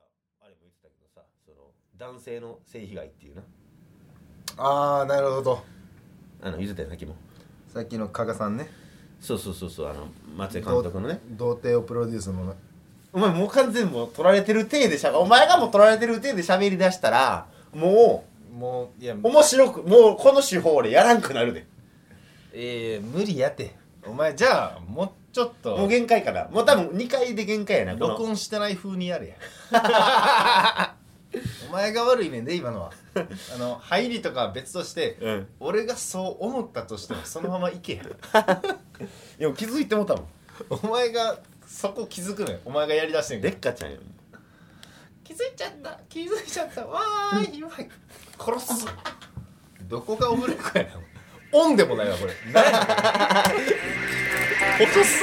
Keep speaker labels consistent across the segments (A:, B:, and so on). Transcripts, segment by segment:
A: 言ってたけどさその男性の性被害っていうな
B: ああなるほど
A: あの言ってたよさっきも
B: さっきの加賀さんね
A: そうそうそうそうあの松江監督のね
B: 童貞をプロデュースのもの
A: お前もう完全にもう取られてる体でしゃお前がもう取られてる体で喋り出したらも
B: もういや
A: う面白くもうこの手法でやらんくなるで
B: えー、無理やてお前じゃあもうちょっと
A: もう限界かなもう多分2回で限界やなこの
B: 録音してない風にや れやお前が悪いねんで今のはあの入りとかは別として、
A: うん
B: 俺がそう思ったとしてもそのままいけや
A: でも気づいてもうたもん
B: お前がそこ気づくのよお前がやりだしてんけ
A: で
B: ど
A: っかちゃんよ
B: 気づいちゃった気づいちゃったわーい今殺すぞどこがオブレコやなオンでもないわこれ何やねん落とす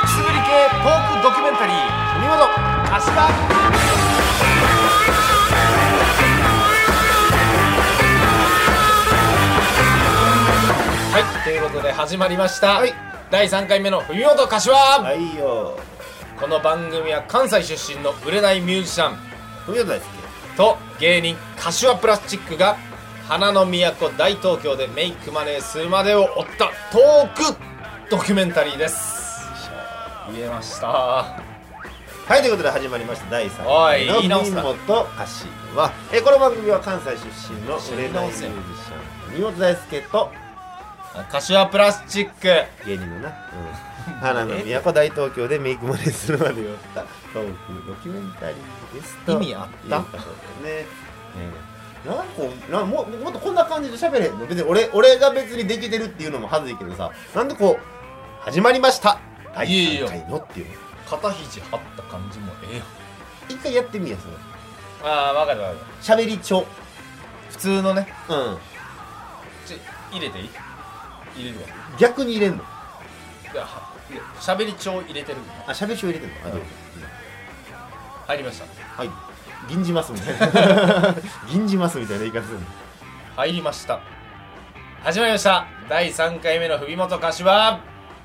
A: くすぶり系トークドキュメンタリー見事柏
C: はい、ということで始まりました、
A: はい
C: 第3回目の「文元柏、
A: はいよ
C: この番組は関西出身の売れないミュージシャン
A: 富山大好
C: と芸人柏プラスチックが花の都大東京でメイクマネーするまでを追ったトークドキュメンタリーです言えました
A: きはいということで始まりました第3回
C: おい言い
A: の
C: 直
A: 「
C: す
A: 文
C: な
A: 元柏」えこの番組は関西出身の売れないミュージシャン三本大輔と
C: 柏プラスチック
A: 芸人のな、うん、花の都大東京でメイクマネするまでよったトークドキュメンタリーですと
C: 意味あった
A: いうことでね、えーなんかなんももっとこんな感じで喋れへんの別に俺俺が別にできてるっていうのも恥ずいけどさなんでこう始まりました第
C: いやいや
A: 3回のっていうの
C: 肩肘張った感じもええよ
A: 一回やってみやその
C: ああ分かる分かる
A: 喋り帳
C: 普通のね
A: うん
C: ちょ入れていい入れるわ
A: 逆に入れんの
C: いやはいや喋り帳入れてる
A: あ喋り帳入れてんの、あどうぞ
C: 入りました
A: はい銀じますみたい な銀じますみたいな言い方するの
C: 入りました始まりました第3回目の文元柏
A: は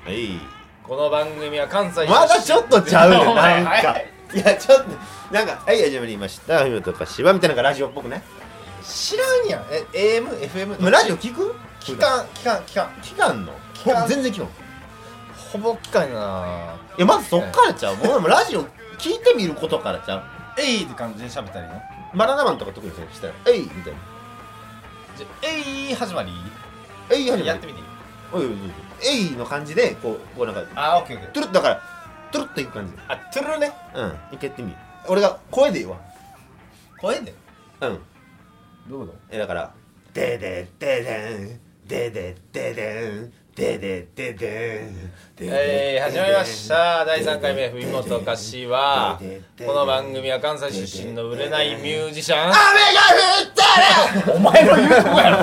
A: い
C: この番組は関西
A: まだちょっとちゃうよ、
C: お前
A: なんか
C: はい。
A: いや、ちょっと、なんか、はい、始まりました。ふみとかしばみたいなのがラジオっぽくね。
B: 知らんやんえ AMFM
A: もうラジオ聞く
B: 期間期間期間
A: 聞かんの
B: 聞かん
A: ほ全然聞かん。い
B: ほぼ期間やな
A: や、まずそっからちゃう。もうでもラジオ聞いてみることからちゃ
C: えいって感じで喋ったりね
A: う。バナナマンとか特にそうしたら、えいみたいな。
C: じゃえい始まり
A: えい、始ま
C: やっ
A: り
C: てみていい
A: おいおいおいえいの感じで、こう、こうなんか、
C: あーオッケーオッケ
A: トゥルッだから、トゥルッといく感じ。
C: ーあトゥルルね
A: うん。一回やってみる。俺が声で言うわ。
C: 声で
A: うん。
B: どうだ
A: えだから「ででででんででででんででででん」
C: えー、始まりました第3回目文元柏この番組
A: は
C: は関西出身の売れないミュージシャン
A: 雨が降ってる
C: お前の言うとこやろ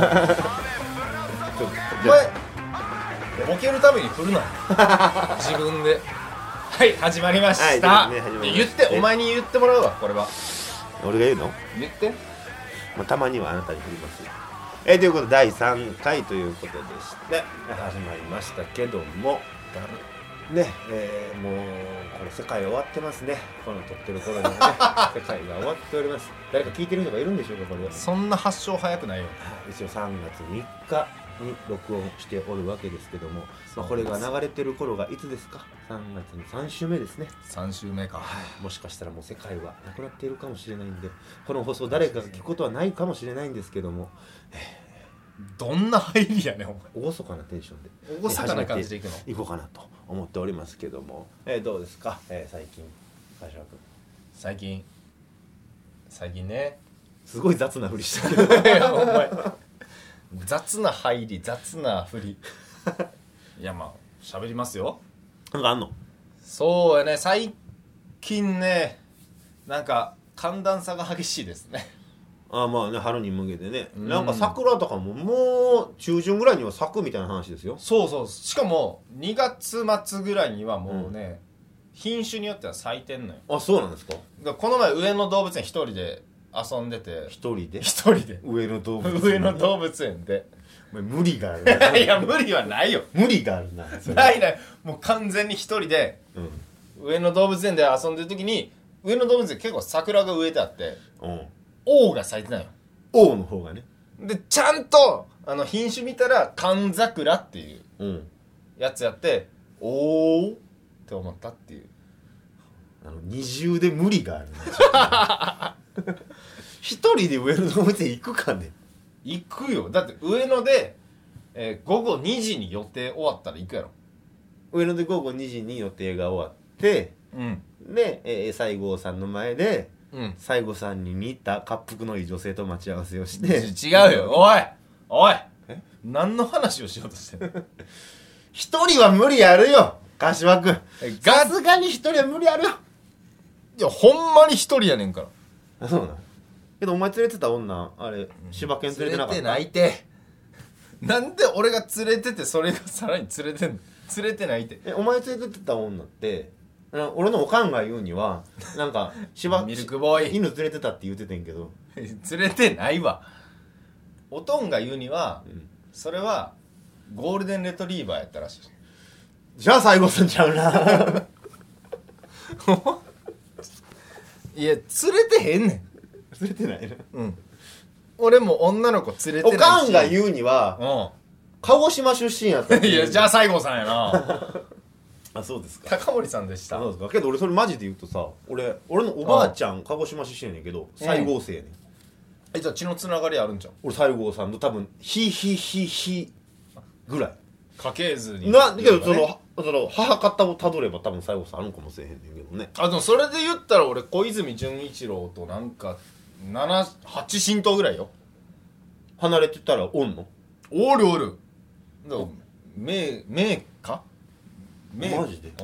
A: お前
C: ボケるために振 るな自分ではい始まりました、
A: はいですね始まりま
C: 言っ
A: した
C: てお前に言ってもらうわこれは
A: 俺が言うの、
C: 言って
A: まあ、たまにはあなたに振りますよえーということで第3回ということでして始まりましたけどもねえーもうこれ世界終わってますねこの撮ってる頃にはね 世界が終わっております誰か聞いてる人がいるんでしょうかこれは
C: そんな発症早くないよ
A: 一応3月3日に録音しておるわけですけども、まあ、これが流れてる頃がいつですか3月の3週目ですね
C: 3週目か
A: もしかしたらもう世界はなくなっているかもしれないんでこの放送誰かが聞くことはないかもしれないんですけども
C: どんな入りやねんお
A: 厳かなテンションで
C: 前厳かな感じでいくの
A: いこうかなと思っておりますけども、えーどうですか、えー最近柏君
C: 最近最近 ね
A: すごい雑なふりしたけ ど
C: いやお前雑な入り雑な振りいやまあ喋りますよ
A: なんかあんの
C: そうやね最近ねなんか寒暖差が激しいですね
A: あーまあね春に向けてね、
C: うん
A: なんか桜とかももう中旬ぐらいには咲くみたいな話ですよ
C: そうそうしかも2月末ぐらいにはもうね、品種によっては咲いてんのよ
A: あそうなんですか
C: だからこの前上野動物園一人で遊んでて
A: 一人で
C: 一人 で
A: 上野動物園
C: 上野動物園 で
A: お前無理がある
C: いや
A: な
C: 無理はないよ
A: 無理があるなそれ
C: ないないもう完全に一人で
A: うん
C: 上野動物園で遊んでる時に上野動物園結構桜が植えてあって
A: うん
C: 王が咲いてないよ
A: 王の方がね
C: でちゃんとあの品種見たら寒桜っていう
A: うん
C: やつやっておおって思ったっていう
A: あの二重で無理があるな 一人で上野動物園行くかね
C: 行くよだって上野で、えー午後2時に予定終わったら行くやろ
A: 上野で午後2時に予定が終わって
C: うん
A: で、えー西郷さんの前で
C: うん
A: 西郷さんに似た恰幅のいい女性と待ち合わせをして
C: ち違うよおいおい
A: え
C: 何の話をしようとして んの
A: 一人は無理やるよ柏君
C: えガ
A: さすがに一人は無理やるよ
C: いやほんまに一人やねんから
A: あそうなんけどお前連れてた女あれ柴犬連れてなかった
C: いてなんで俺が連れててそれがさらに連れてんの連れてないって
A: えお前連れてった女ってな俺のおかんが言うにはなんか 柴
C: ミルクボーイ
A: 犬連れてたって言っててんけど、
C: 連れてないわおとんが言うにはそれはゴールデンレトリーバーやったらしい
A: じゃあ西郷さんちゃう な
C: いや連れてへんねん
A: 連れてないな
C: うん俺も女の子 連れ
A: お
C: てないし
A: かんが言うに は鹿児島出身やった
C: う
A: っ
C: ん
A: て
C: い
A: 言う
C: やじゃあ西郷さんやな
A: あそうですか
C: 高森さんでした
A: そうですかけど俺それマジで言うとさ俺俺のおばあちゃん鹿児島出身やねんけど西郷生やねん
C: えじゃあ血のつながりあるんじゃん
A: 俺西郷さんの多分ヒーヒーヒーヒーぐらい
C: 家系図に
A: なだけどそ
C: ね
A: のその母方をたどれば多分西郷さんあるかもしれへんねんけどね
C: あでもそれで言ったら俺小泉純一郎となんか78神頭ぐらいよ
A: 離れてたらおんの
C: おるおるでも名名か名
A: マジで
C: う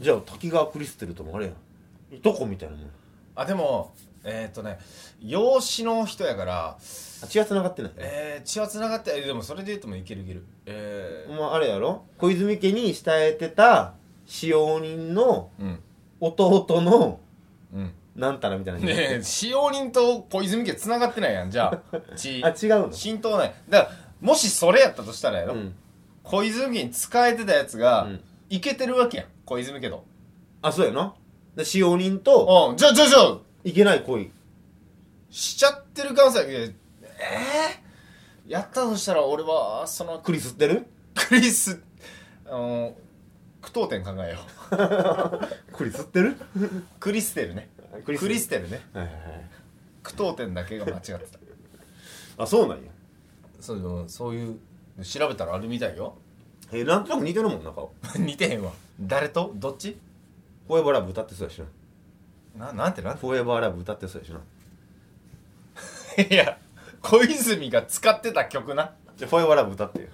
C: ん
A: じゃあ滝川クリステルともあれやんいとこみたいなもん
C: あでもえっ、ー、とね養子の人やから
A: あ血は繋がってない、
C: えー、血はつながってえでもそれで言ってもいけるいけるえ
A: お前あれやろ小泉家に慕えてた使用人の
C: ー、うん
A: 弟の
C: うん
A: なんたらみたいな人、
C: ねえ使用人と小泉家つながってないやんじゃ あ血
A: あ違うの
C: 浸透ないだからもしそれやったとしたらやろ、
A: うん
C: 小泉家に使えてたやつが、
A: うん
C: いけてるわけやん小泉家と
A: あそうやなで使用人と
C: うんじゃあじゃあじゃあ
A: いけない恋
C: しちゃってる可能性いやええー、やったとしたら俺はその
A: クリステル
C: クリスあの句読点考えよう
A: クリステル
C: クリステルね
A: ク
C: クリステルね
A: はいはいはい
C: 句読点だけが間違ってた
A: あそうなんや
C: そうでもそういう調べたらあるみたいよ
A: えなんとなく似てるもんな顔
C: 似てへんわ誰とどっち
A: フォーエバーラブ歌ってそうやしな
C: ななんてなんて
A: フォーエバーラブ歌ってそうやしない
C: や小泉が使ってた曲な
A: じゃあフォーエバーラブ歌ってよ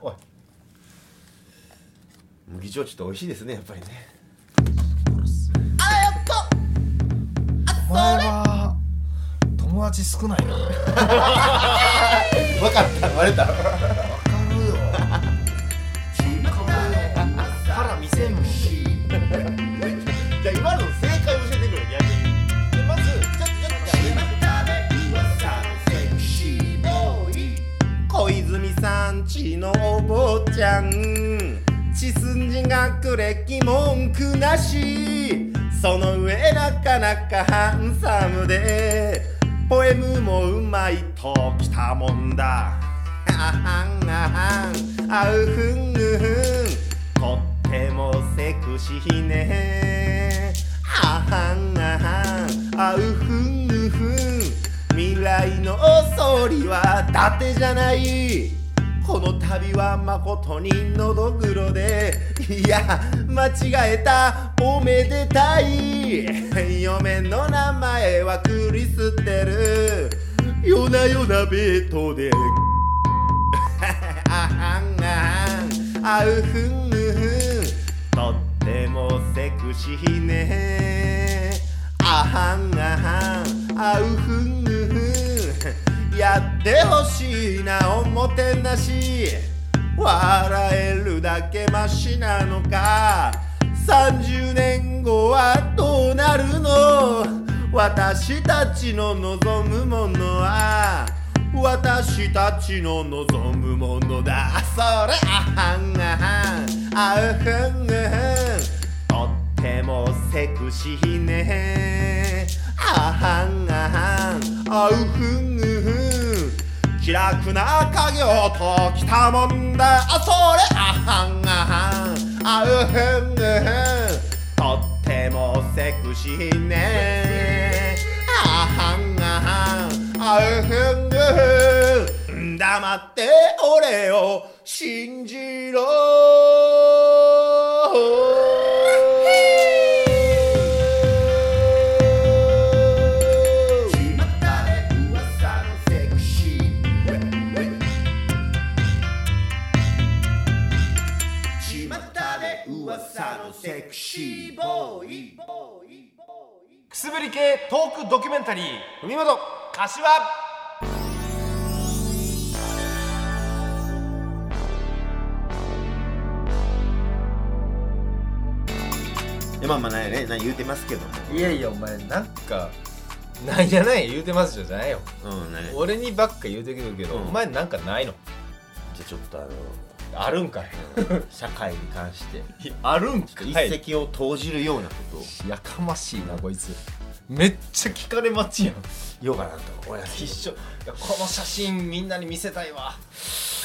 C: おい
A: 麦焼酎って美味しいですねやっぱりね
C: お前は友達少ない
A: 分
C: な
A: かった割れた
C: 腹見せんもん
A: じゃあ今の正解教えてくれ逆にまずちょ小泉さんちのお坊ちゃん血筋学歴文句なしその上なかなかハンサムでポエムもうまいときたもんだあはんあはんあうふんうふんとってもセクシーねあはんあはんあうふんうふん未来の総理は伊達じゃないこの旅は誠にのどぐろでいや間違えたおめでたい嫁の名前はクリステル夜な夜なベッドであはんあはんあうふんうふんとってもセクシーねあはんあはんあうふんうふんやってほしいなおもてなし笑えるだけマシなのか30年後はどうなるの私たちの望むものは私たちの望むものだそれあはんあはんあうふんうふんとってもセクシーねあはんあはんあうふんうふん気楽な影をときたもんだそれあはんあはんあうふんうふんとってもセクシーねあはんあはんあうふんぐふん黙って俺を信じろ巷で噂のセクシー巷で噂のセクシーボーイ
C: くすぶり系トークドキュメンタリー海本柏
A: えまあまあなんやねなん言うてますけども
B: いやいやお前なん
C: かなんやない言うてますじゃないよ
A: うんね
C: 俺にばっか言うてくるけど、
A: うん
C: お前なんかないの
A: じゃあちょっとあの
C: あるんかい
A: 社会に関して
C: あるんか
A: 一
C: い
A: 石を投じるようなことを
C: やかましいなこいつめっちゃ聞かれ待ちやん
A: 言おうかなと思います
C: きっしょいやこの写真みんなに見せたいわ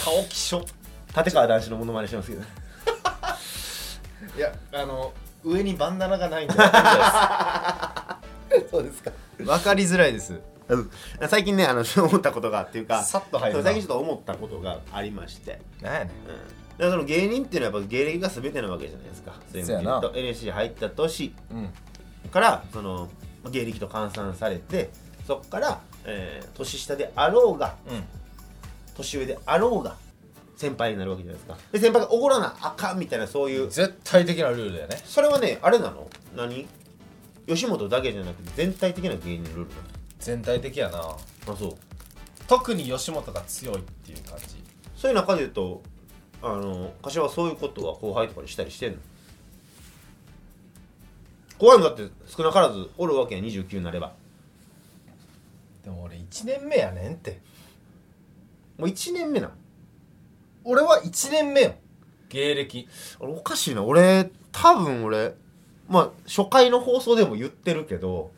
C: 顔きっしょ
A: 立川談志のモノマネしてますけど
C: いやあの上にバンダナがないんで わ
A: そうですか
C: かりづらいです
A: うん最近ねあのそう思ったことがっていうか
C: さっと入る
A: そう
C: な
A: 最近ちょっと思ったことがありまして、
C: なんやねん
A: うん、だからその芸人っていうのはやっぱ芸歴が全てなわけじゃないですか全
C: そうやな
A: NSC 入った年
C: うん
A: からそのまあ芸歴と換算されてそこから、えー年下であろうが
C: うん
A: 年上であろうが先輩になるわけじゃないですかで先輩がおごらなあかんみたいなそういう
C: 絶対的なルールだよね
A: それはねあれなの何吉本だけじゃなくて全体的な芸人のルールな
C: 全体的やな
A: のあそう
C: 特に吉本が強いっていう感じ
A: そういう中で言うとあの柏はそういうことは後輩とかにしたりしてんの後輩もだって少なからずおるわけや29になれば
C: でも俺1年目やねんって
A: もう1年目なの
C: 俺は1年目よ芸歴
A: 俺おかしいな俺多分俺まあ初回の放送でも言ってるけど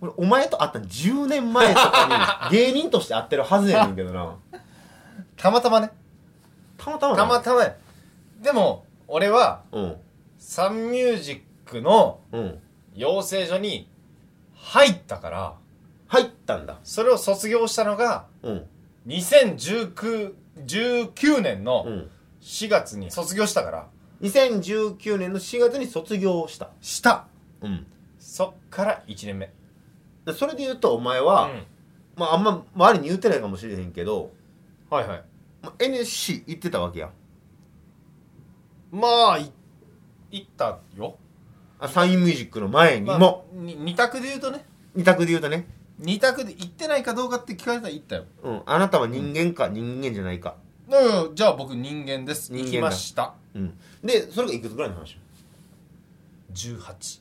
A: 俺お前と会ったの10年前とか に芸人として会ってるはずやねんけどな
C: たまたまね
A: たまたまな
C: たまたまやでも俺は
A: うん
C: サンミュージックの
A: うん
C: 養成所に入ったから
A: 入ったんだ
C: それを卒業したのが
A: うん
C: 2019 19年の
A: うん
C: 4月に卒業したから
A: 2019年の4月に卒業した
C: した
A: うん
C: そっから1年目
A: でそれで言うとお前は、
C: うん
A: まああんま周りに言うてないかもしれへんけど、
C: はいはい
A: まあ、NSC 行ってたわけや
C: まあい行ったよ
A: あサインミュージックの前に
C: まあ
A: も、
C: に二択で言うとね
A: 二択で言うとね、
C: 二択で行ってないかどうかって聞かれたら行ったよ
A: うん、あなたは人間か、人間じゃないか、
C: だからじゃあ僕人間です
A: 人間
C: 行
A: だ
C: きました
A: うん、でそれがいくつぐらいの話
C: 18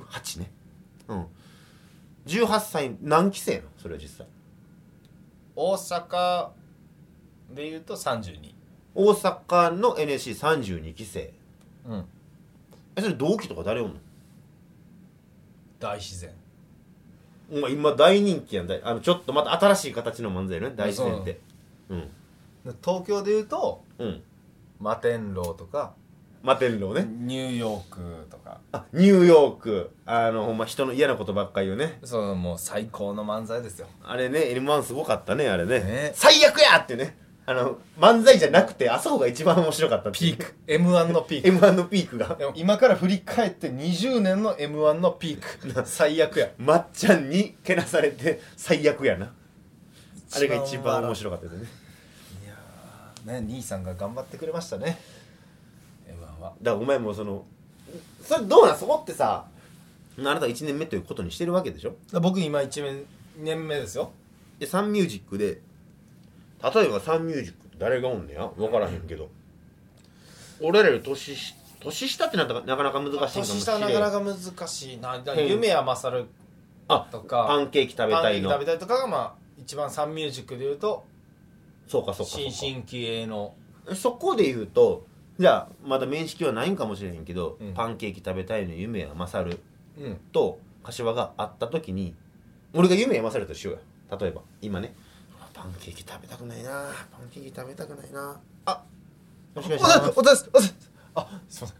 A: 18ねうん18歳何期生なのそれは実際
C: 大阪で言うと32
A: 大阪の NSC32 期生
C: うん
A: えそれ同期とか誰おんの
C: 大自然
A: お前今大人気やんだいあのちょっとまた新しい形の漫才やね大自然ってうん
C: 東京で言うと
A: うん
C: 摩天楼とか
A: 摩天楼ね
C: ニューヨークとか
A: あニューヨークあのほんま人の嫌なことばっか言うね
C: そのもう最高の漫才ですよ
A: あれね M1 すごかったねあれね
C: ね
A: 最悪やってねあの漫才じゃなくて朝方が一番面白かった
C: ピーク M1 のピーク
A: m 1のピークが
C: でも今から振り返って20年の m 1のピーク 最悪や
A: まっちゃんにけなされて最悪やなあれが一番面白かったですね
C: ね兄さんが頑張ってくれましたね m 1は
A: だからお前もそのそれどうなんそこってさあなた1年目ということにしてるわけでしょ
C: 僕今1年年目ですよ
A: でサンミュージックで例えばサンミュージックって誰がおんねや分からへんけど俺らより年し年下ってなったらなかなか難しいかもしれん
C: 年下なかなか難しいなだから
A: うん
C: 夢は勝る
A: あ
C: とか
A: パンケーキ食べたいの
C: パンケーキ食べたいとかがまあ一番サンミュージックでいうと
A: そうかそうかそう
C: 新
A: か
C: 進気鋭の
A: そこで言うとじゃあまだ面識はないんかもしれへんけど、
C: うん
A: パンケーキ食べたいの夢や勝る
C: うん
A: と柏が会った時に俺が夢や勝るとしようや例えば今ねあパンケーキ食べたくないなパンケーキ食べたくないなあもしかして
C: おたすおたすあすいません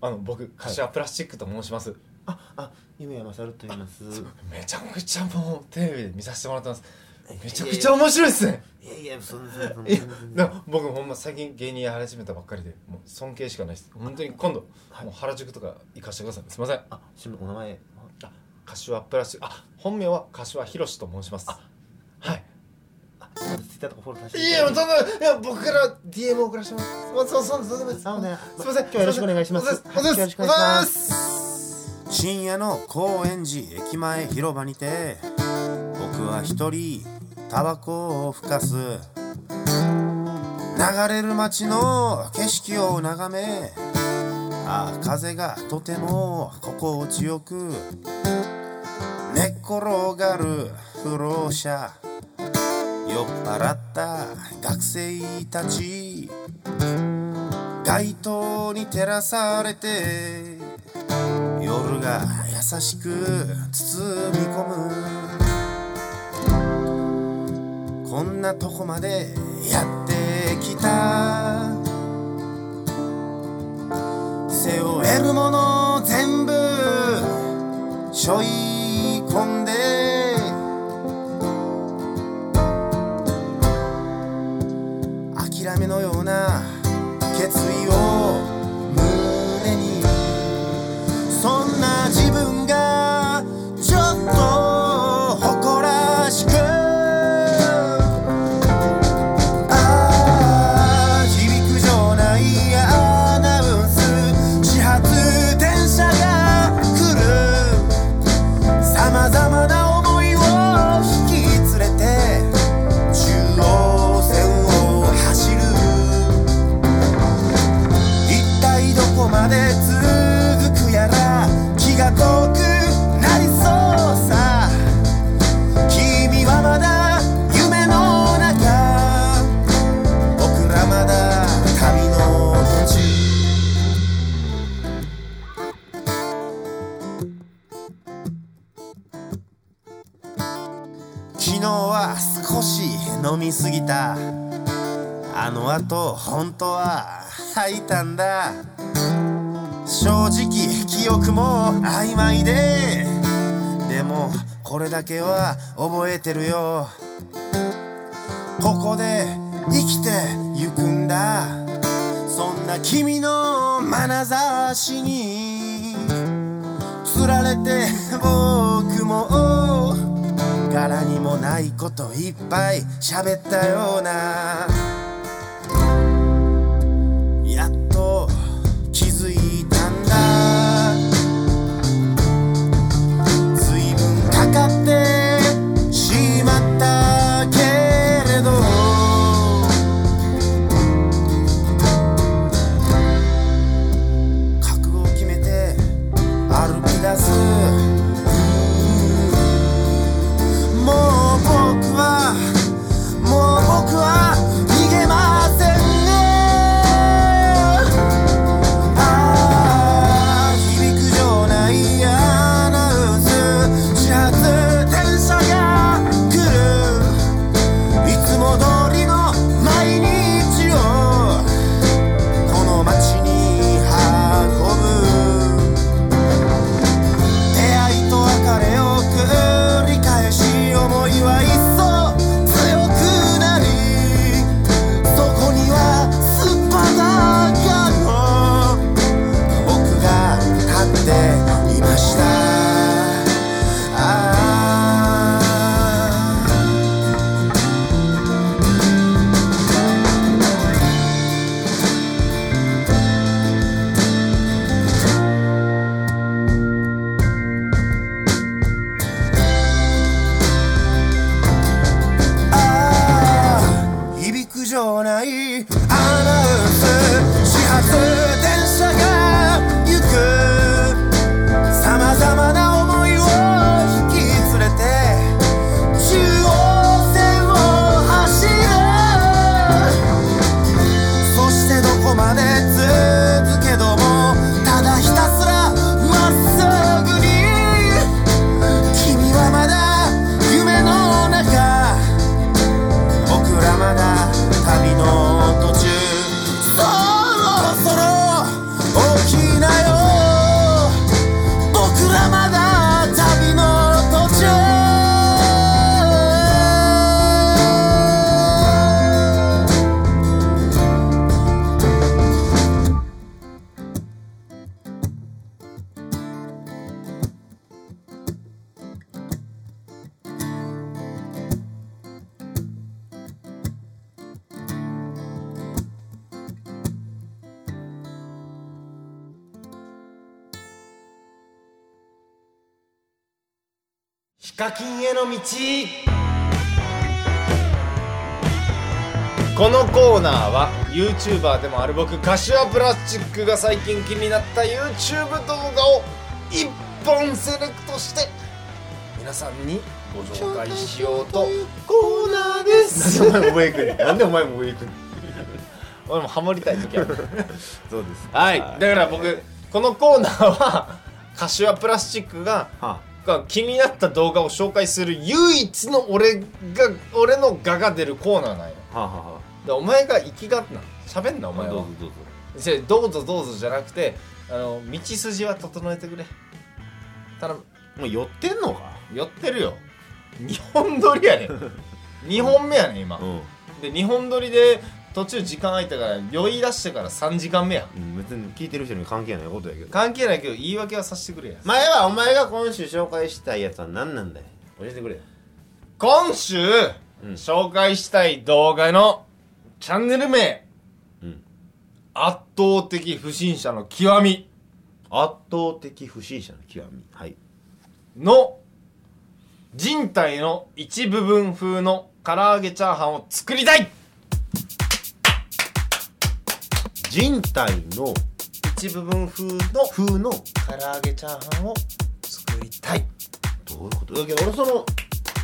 C: あの僕柏プラスチックと申します、
A: ああ夢や勝ると言います
C: めちゃくちゃもうテレビで見させてもらってますめちゃくちゃ面白いっすね
A: いやいやそんなそんなそんない
C: やだから僕ほんま最近芸人やり始めたばっかりでもう尊敬しかないです本当に今度、もう原宿とか行かせてくださいすいません
A: あしお名前
C: あ柏プラスあ本名は柏宏と申しますはい
A: ツイッターとかフォローさせて
C: い
A: い
C: や
A: ただ
C: そんないや僕から DM を送らせてもらってますそうそうそうそう
A: きますす
C: そうすいません
A: 今日はよろしくお願いします
C: お疲れ様ですお疲れ様です
D: 深夜の高円寺駅前広場にて僕は一人タバコをふかす流れる街の景色を眺めああ風がとても心地よく寝っ転がる不老者酔っ払った学生たち街灯に照らされて夜が優しく包み込むこんなとこまでやってきた背負えるもの全部背負い込んで諦めのような決意を胸にそんな自分がちょっと誇らしくああ響く場内アナウンス始発電車が来るさまざまな思いを引き連れて中央線を走る一体どこまで続くやら気が遠くなりそうさ君はまだ夢の中僕らまだ旅の途中昨日は少し飲みすぎたあの後本当は吐いたんだ正直記憶も曖昧ででもこれだけは覚えて るよここで生きてゆくんだそんな君の眼差しにつられて僕も柄にもないこといっぱい喋ったようなやっと気づいたんだ随分かかってしまったけれど覚悟を決めて歩き出すもう僕はもう僕は逃げ課金への道
C: このコーナーは YouTuber でもある僕柏プラスチックが最近気になった YouTube 動画を一本セレクトして皆さんにご紹介しようとコーナーです
A: なんでお前も上行くんなんでお前も上行くん
C: 俺もハモりたい時ある
A: そうですか
C: はいだから僕このコーナーは柏プラスチックが
A: は
C: が気になった動画を紹介する唯一の俺が俺の画が出るコーナーなんよ
A: あ、はあ、は
C: でお前が生きがってな喋んなお
A: あ、は
C: 前
A: あ、
C: は
A: どうぞどうぞ
C: じゃあどうぞどうぞじゃなくてあの道筋は整えてくれ頼む
A: もう寄ってんのか
C: 寄ってるよ日本撮り やねん2本目やねん今、
A: ん、
C: で2本撮りで途中時間空いたから酔い出してから3時間目や
A: うん、別に聞いてる人に関係ないことやけど
C: 関係ないけど言い訳はさせてくれや
A: 前はお前が今週紹介したいやつは何なんだよ教えてくれ
C: 今週、
A: うん
C: 紹介したい動画のチャンネル名、
A: うん
C: 圧倒的不審者の極み
A: 圧倒的不審者の極みはい
C: の人体の一部分風の唐揚げチャーハンを作りたい
A: 人体の
C: 一部分風の
A: 風の
C: 唐揚げチャーハンを作りたい
A: どういうことだけど俺その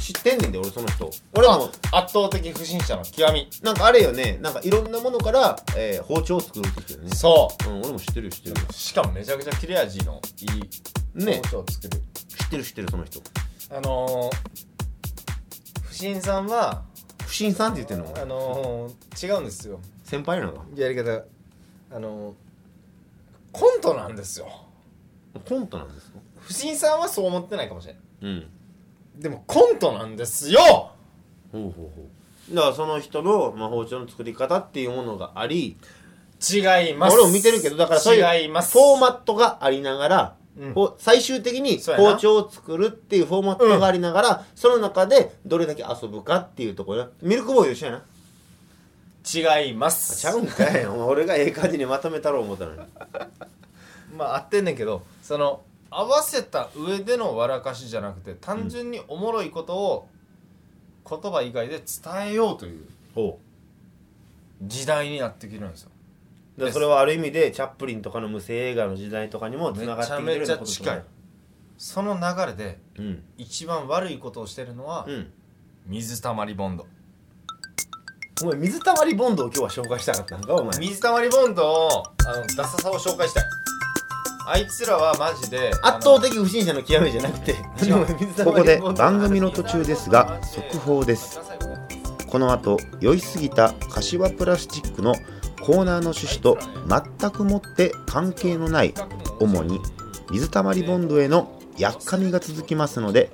A: 知ってんねんで俺その人俺も
C: 圧倒的不審者の極み
A: なんかあれよねなんかいろんなものから、えー包丁を作るって言ってね
C: そ
A: うん俺も知ってるよ知ってるよ
C: うしかもめちゃくちゃ切れ味のいい
A: ね
C: 包丁を作る、
A: 知ってる知ってるその人
C: あのー、不審さんは
A: 不審さんって言ってんのお
C: あ
A: 前
C: のー、違うんですよ
A: 先輩なの
C: やり方あのー、コントなんですよ
A: コントなんですか
C: 不審さんはそう思ってないかもしれない
A: うん
C: でもコントなんですよ
A: ほうほうほうだからその人の、まあ、包丁の作り方っていうものがあり
C: 違います
A: 俺も見てるけどだからそういう
C: 違います
A: フォーマットがありながら、
C: うん
A: こう最終的に
C: そうやな
A: 包丁を作るっていうフォーマットがありながら、その中でどれだけ遊ぶかっていうところねミルクボーイと一緒やな
C: 違います
A: ちゃうんかいお前俺がええ感じにまとめたろう思ったのに
C: まあ合ってんねんけどその合わせた上での笑かしじゃなくて単純におもろいことを言葉以外で伝えようという
A: ほ
C: 時代になってきてるんですよ
A: うだからそれはある意味でチャップリンとかの無声映画の時代とかにもつ
C: め
A: ながってき
C: ちゃ
A: てるよ
C: め
A: う
C: ち
A: な
C: ゃ
A: こと
C: 近いその流れで
A: うん
C: 一番悪いことをしてるのは
A: うん
C: 水たまりボンド
A: お前水たまりボンドを今日は紹介したかったんかお前
C: 水たまりボンドをあのダサさを紹介したいあいつらはマジで
A: 圧倒的不審者の極みじゃなくて ここで番組の途中ですが速報ですこの後酔いすぎた柏プラスチックのコーナーの趣旨と全くもって関係のない主に水たまりボンドへのやっかみが続きますので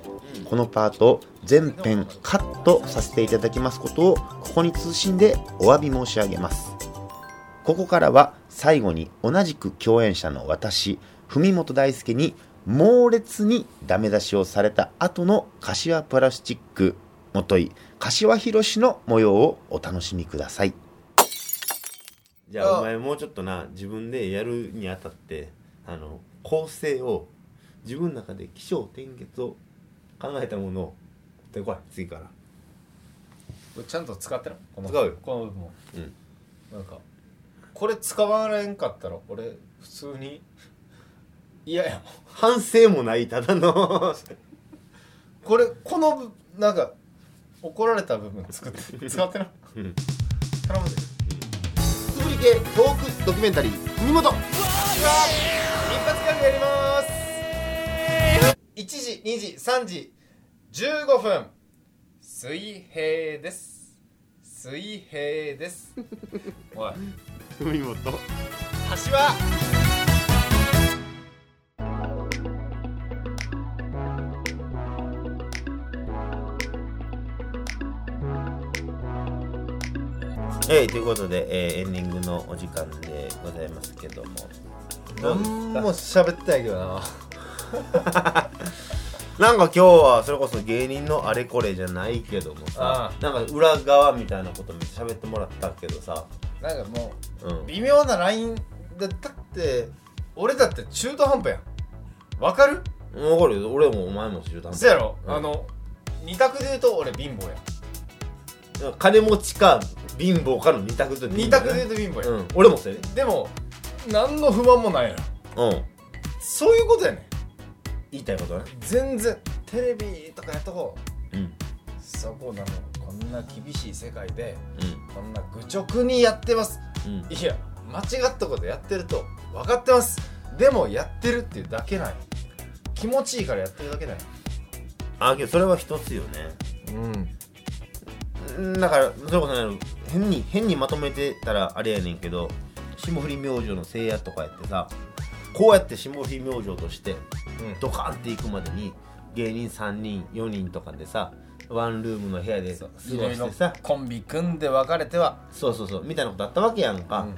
A: このパートを全編カットさせていただきますことをここに通信でお詫び申し上げますここからは最後に同じく共演者の私文本大輔に猛烈にダメ出しをされた後の柏プラスチックもとい柏広志の模様をお楽しみくださいじゃあ
C: あ
A: お前もうちょっとな自分でやるにあたってあの構成を自分の中で起承転結を考えたものをでこい次から
C: これちゃんと使ってるこの
A: 使うよ
C: この部分も
A: うん
C: なんかこれ使われんかったら俺普通に嫌やもん
A: 反省もないただの
C: これこのぶなんか怒られた部分作って使ってな
A: うん
C: 頼むで
A: つぶり系トークドキュメンタリー文本
C: 一発ギャグやります1時2時3時15分水平です水平ですおい
A: 文本
C: 橋は
A: えー、ということで、えーエンディングのお時間でございますけどもどうですか
C: 何も喋ってないけどな
A: なんか今日はそれこそ芸人のあれこれじゃないけどもさ
C: あ
A: なんか裏側みたいなことも喋ってもらったけどさ
C: なんかも
A: う
C: うん微妙なラインだだって俺だって中途半端やんわかる
A: 分かるよ俺もお前も知るた
C: そやろ、
A: うん
C: あの二択で言うと俺貧乏や
A: 金持ちか貧乏かの二択と
C: 二択で言うと貧乏や、
A: うん俺もそうやね
C: でも何の不満もないやろ
A: うん
C: そういうことやねん
A: 言いたいことはね
C: 全然テレビとかやっとこう
A: うん
C: そこなのこんな厳しい世界で
A: う
C: こんな愚直にやってます
A: んうん
C: いや間違ったことやってると分かってますでもやってるっていうだけなんよ気持ちいいからやってるだけなんよ
A: あけどそれは一つよね
C: うん
A: うんだからそれこそね変に変にまとめてたらあれやねんけど霜降り明星のせいやとかやってさこうやって霜降り明星として
C: うん
A: ドカンっていくまでに芸人3人4人とかでさワンルームの部屋で過ご
C: いろい
A: し
C: ろ
A: てさ
C: コンビ組んで別れては
A: そうそうそうみたいなことあったわけやんか、
C: うん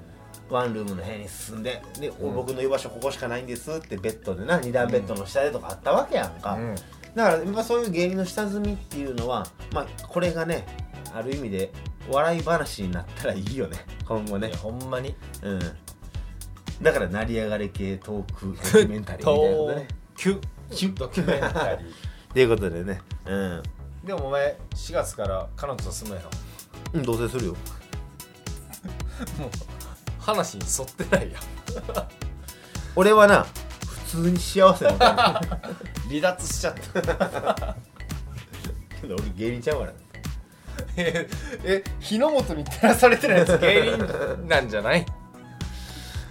A: ワンルームの部屋に進んでで、お僕の居場所ここしかないんですってベッドでな2段ベッドの下でとかあったわけやんか、
C: うん
A: だからやっぱそういう芸人の下積みっていうのは、まあ、これがねある意味で笑い話になったらいいよね 今後ね
C: いやほんまに
A: うんだから成り上がれ系トークドキュメンタリーみたいなことね
C: キュキュドキュメンタリー
A: ということでねうん
C: でもお前4月から彼女と住むやろ
A: うん同棲するよ
C: 話に沿ってないやん
A: 俺はな普通に幸せなんだよ
C: 離脱しちゃった
A: けど俺芸人ちゃうから
C: え え日の本に照らされてないやつ芸人なんじゃない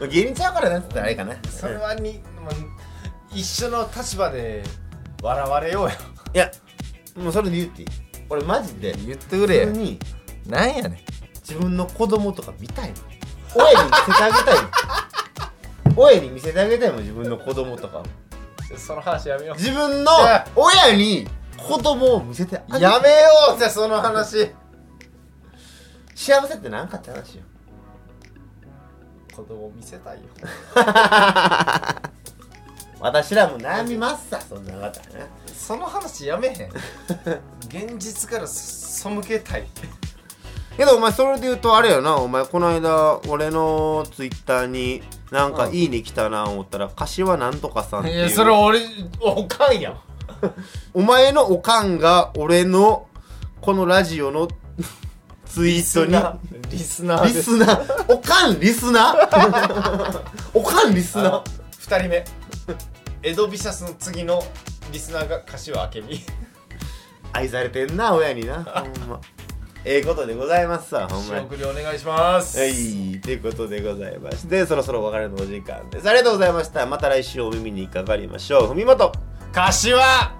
A: まあ芸人ちゃうからなんつったらあれかな
C: それはに、もう一緒の立場で笑われようよ
A: いやもうそれで言っていい俺マジで
C: 言って
A: 普
C: く
A: 通に
C: なんやねん
A: 自分の子供とか見たいもん親に見せてあげたいもん親に見せてあげたいもん自分の子供とかを
C: その話やめよ
A: 自分の親に子供を見せてあげた
C: う
A: い
C: やめようぜその話
A: 幸せってなんかって話よ
C: 子供見せたいよ
A: 私らも悩みますさそんな方ね
C: その話やめへん現実からそ背けたい
A: けどお前それで言うとあれよなお前この間俺のツイッターになんか
C: うん
A: いいね来たな思ったら柏なんとかさんっていう
C: 俺おかんやん
A: お前のおかんが俺のこのラジオ のツイートに
C: リスナー
A: リスナーおかんリスナー おかんリス
C: あの
A: ナ
C: 2人目エドビシャスの次のリスナーが柏明美
A: ー愛されてんな親になほんまええことでございますさほんま
C: 仕
A: に
C: 送りお願いします
A: はい、ということでございましてそろそろお別れのお時間ですありがとうございましたまた来週お耳にかかりましょうふみもと
C: 柏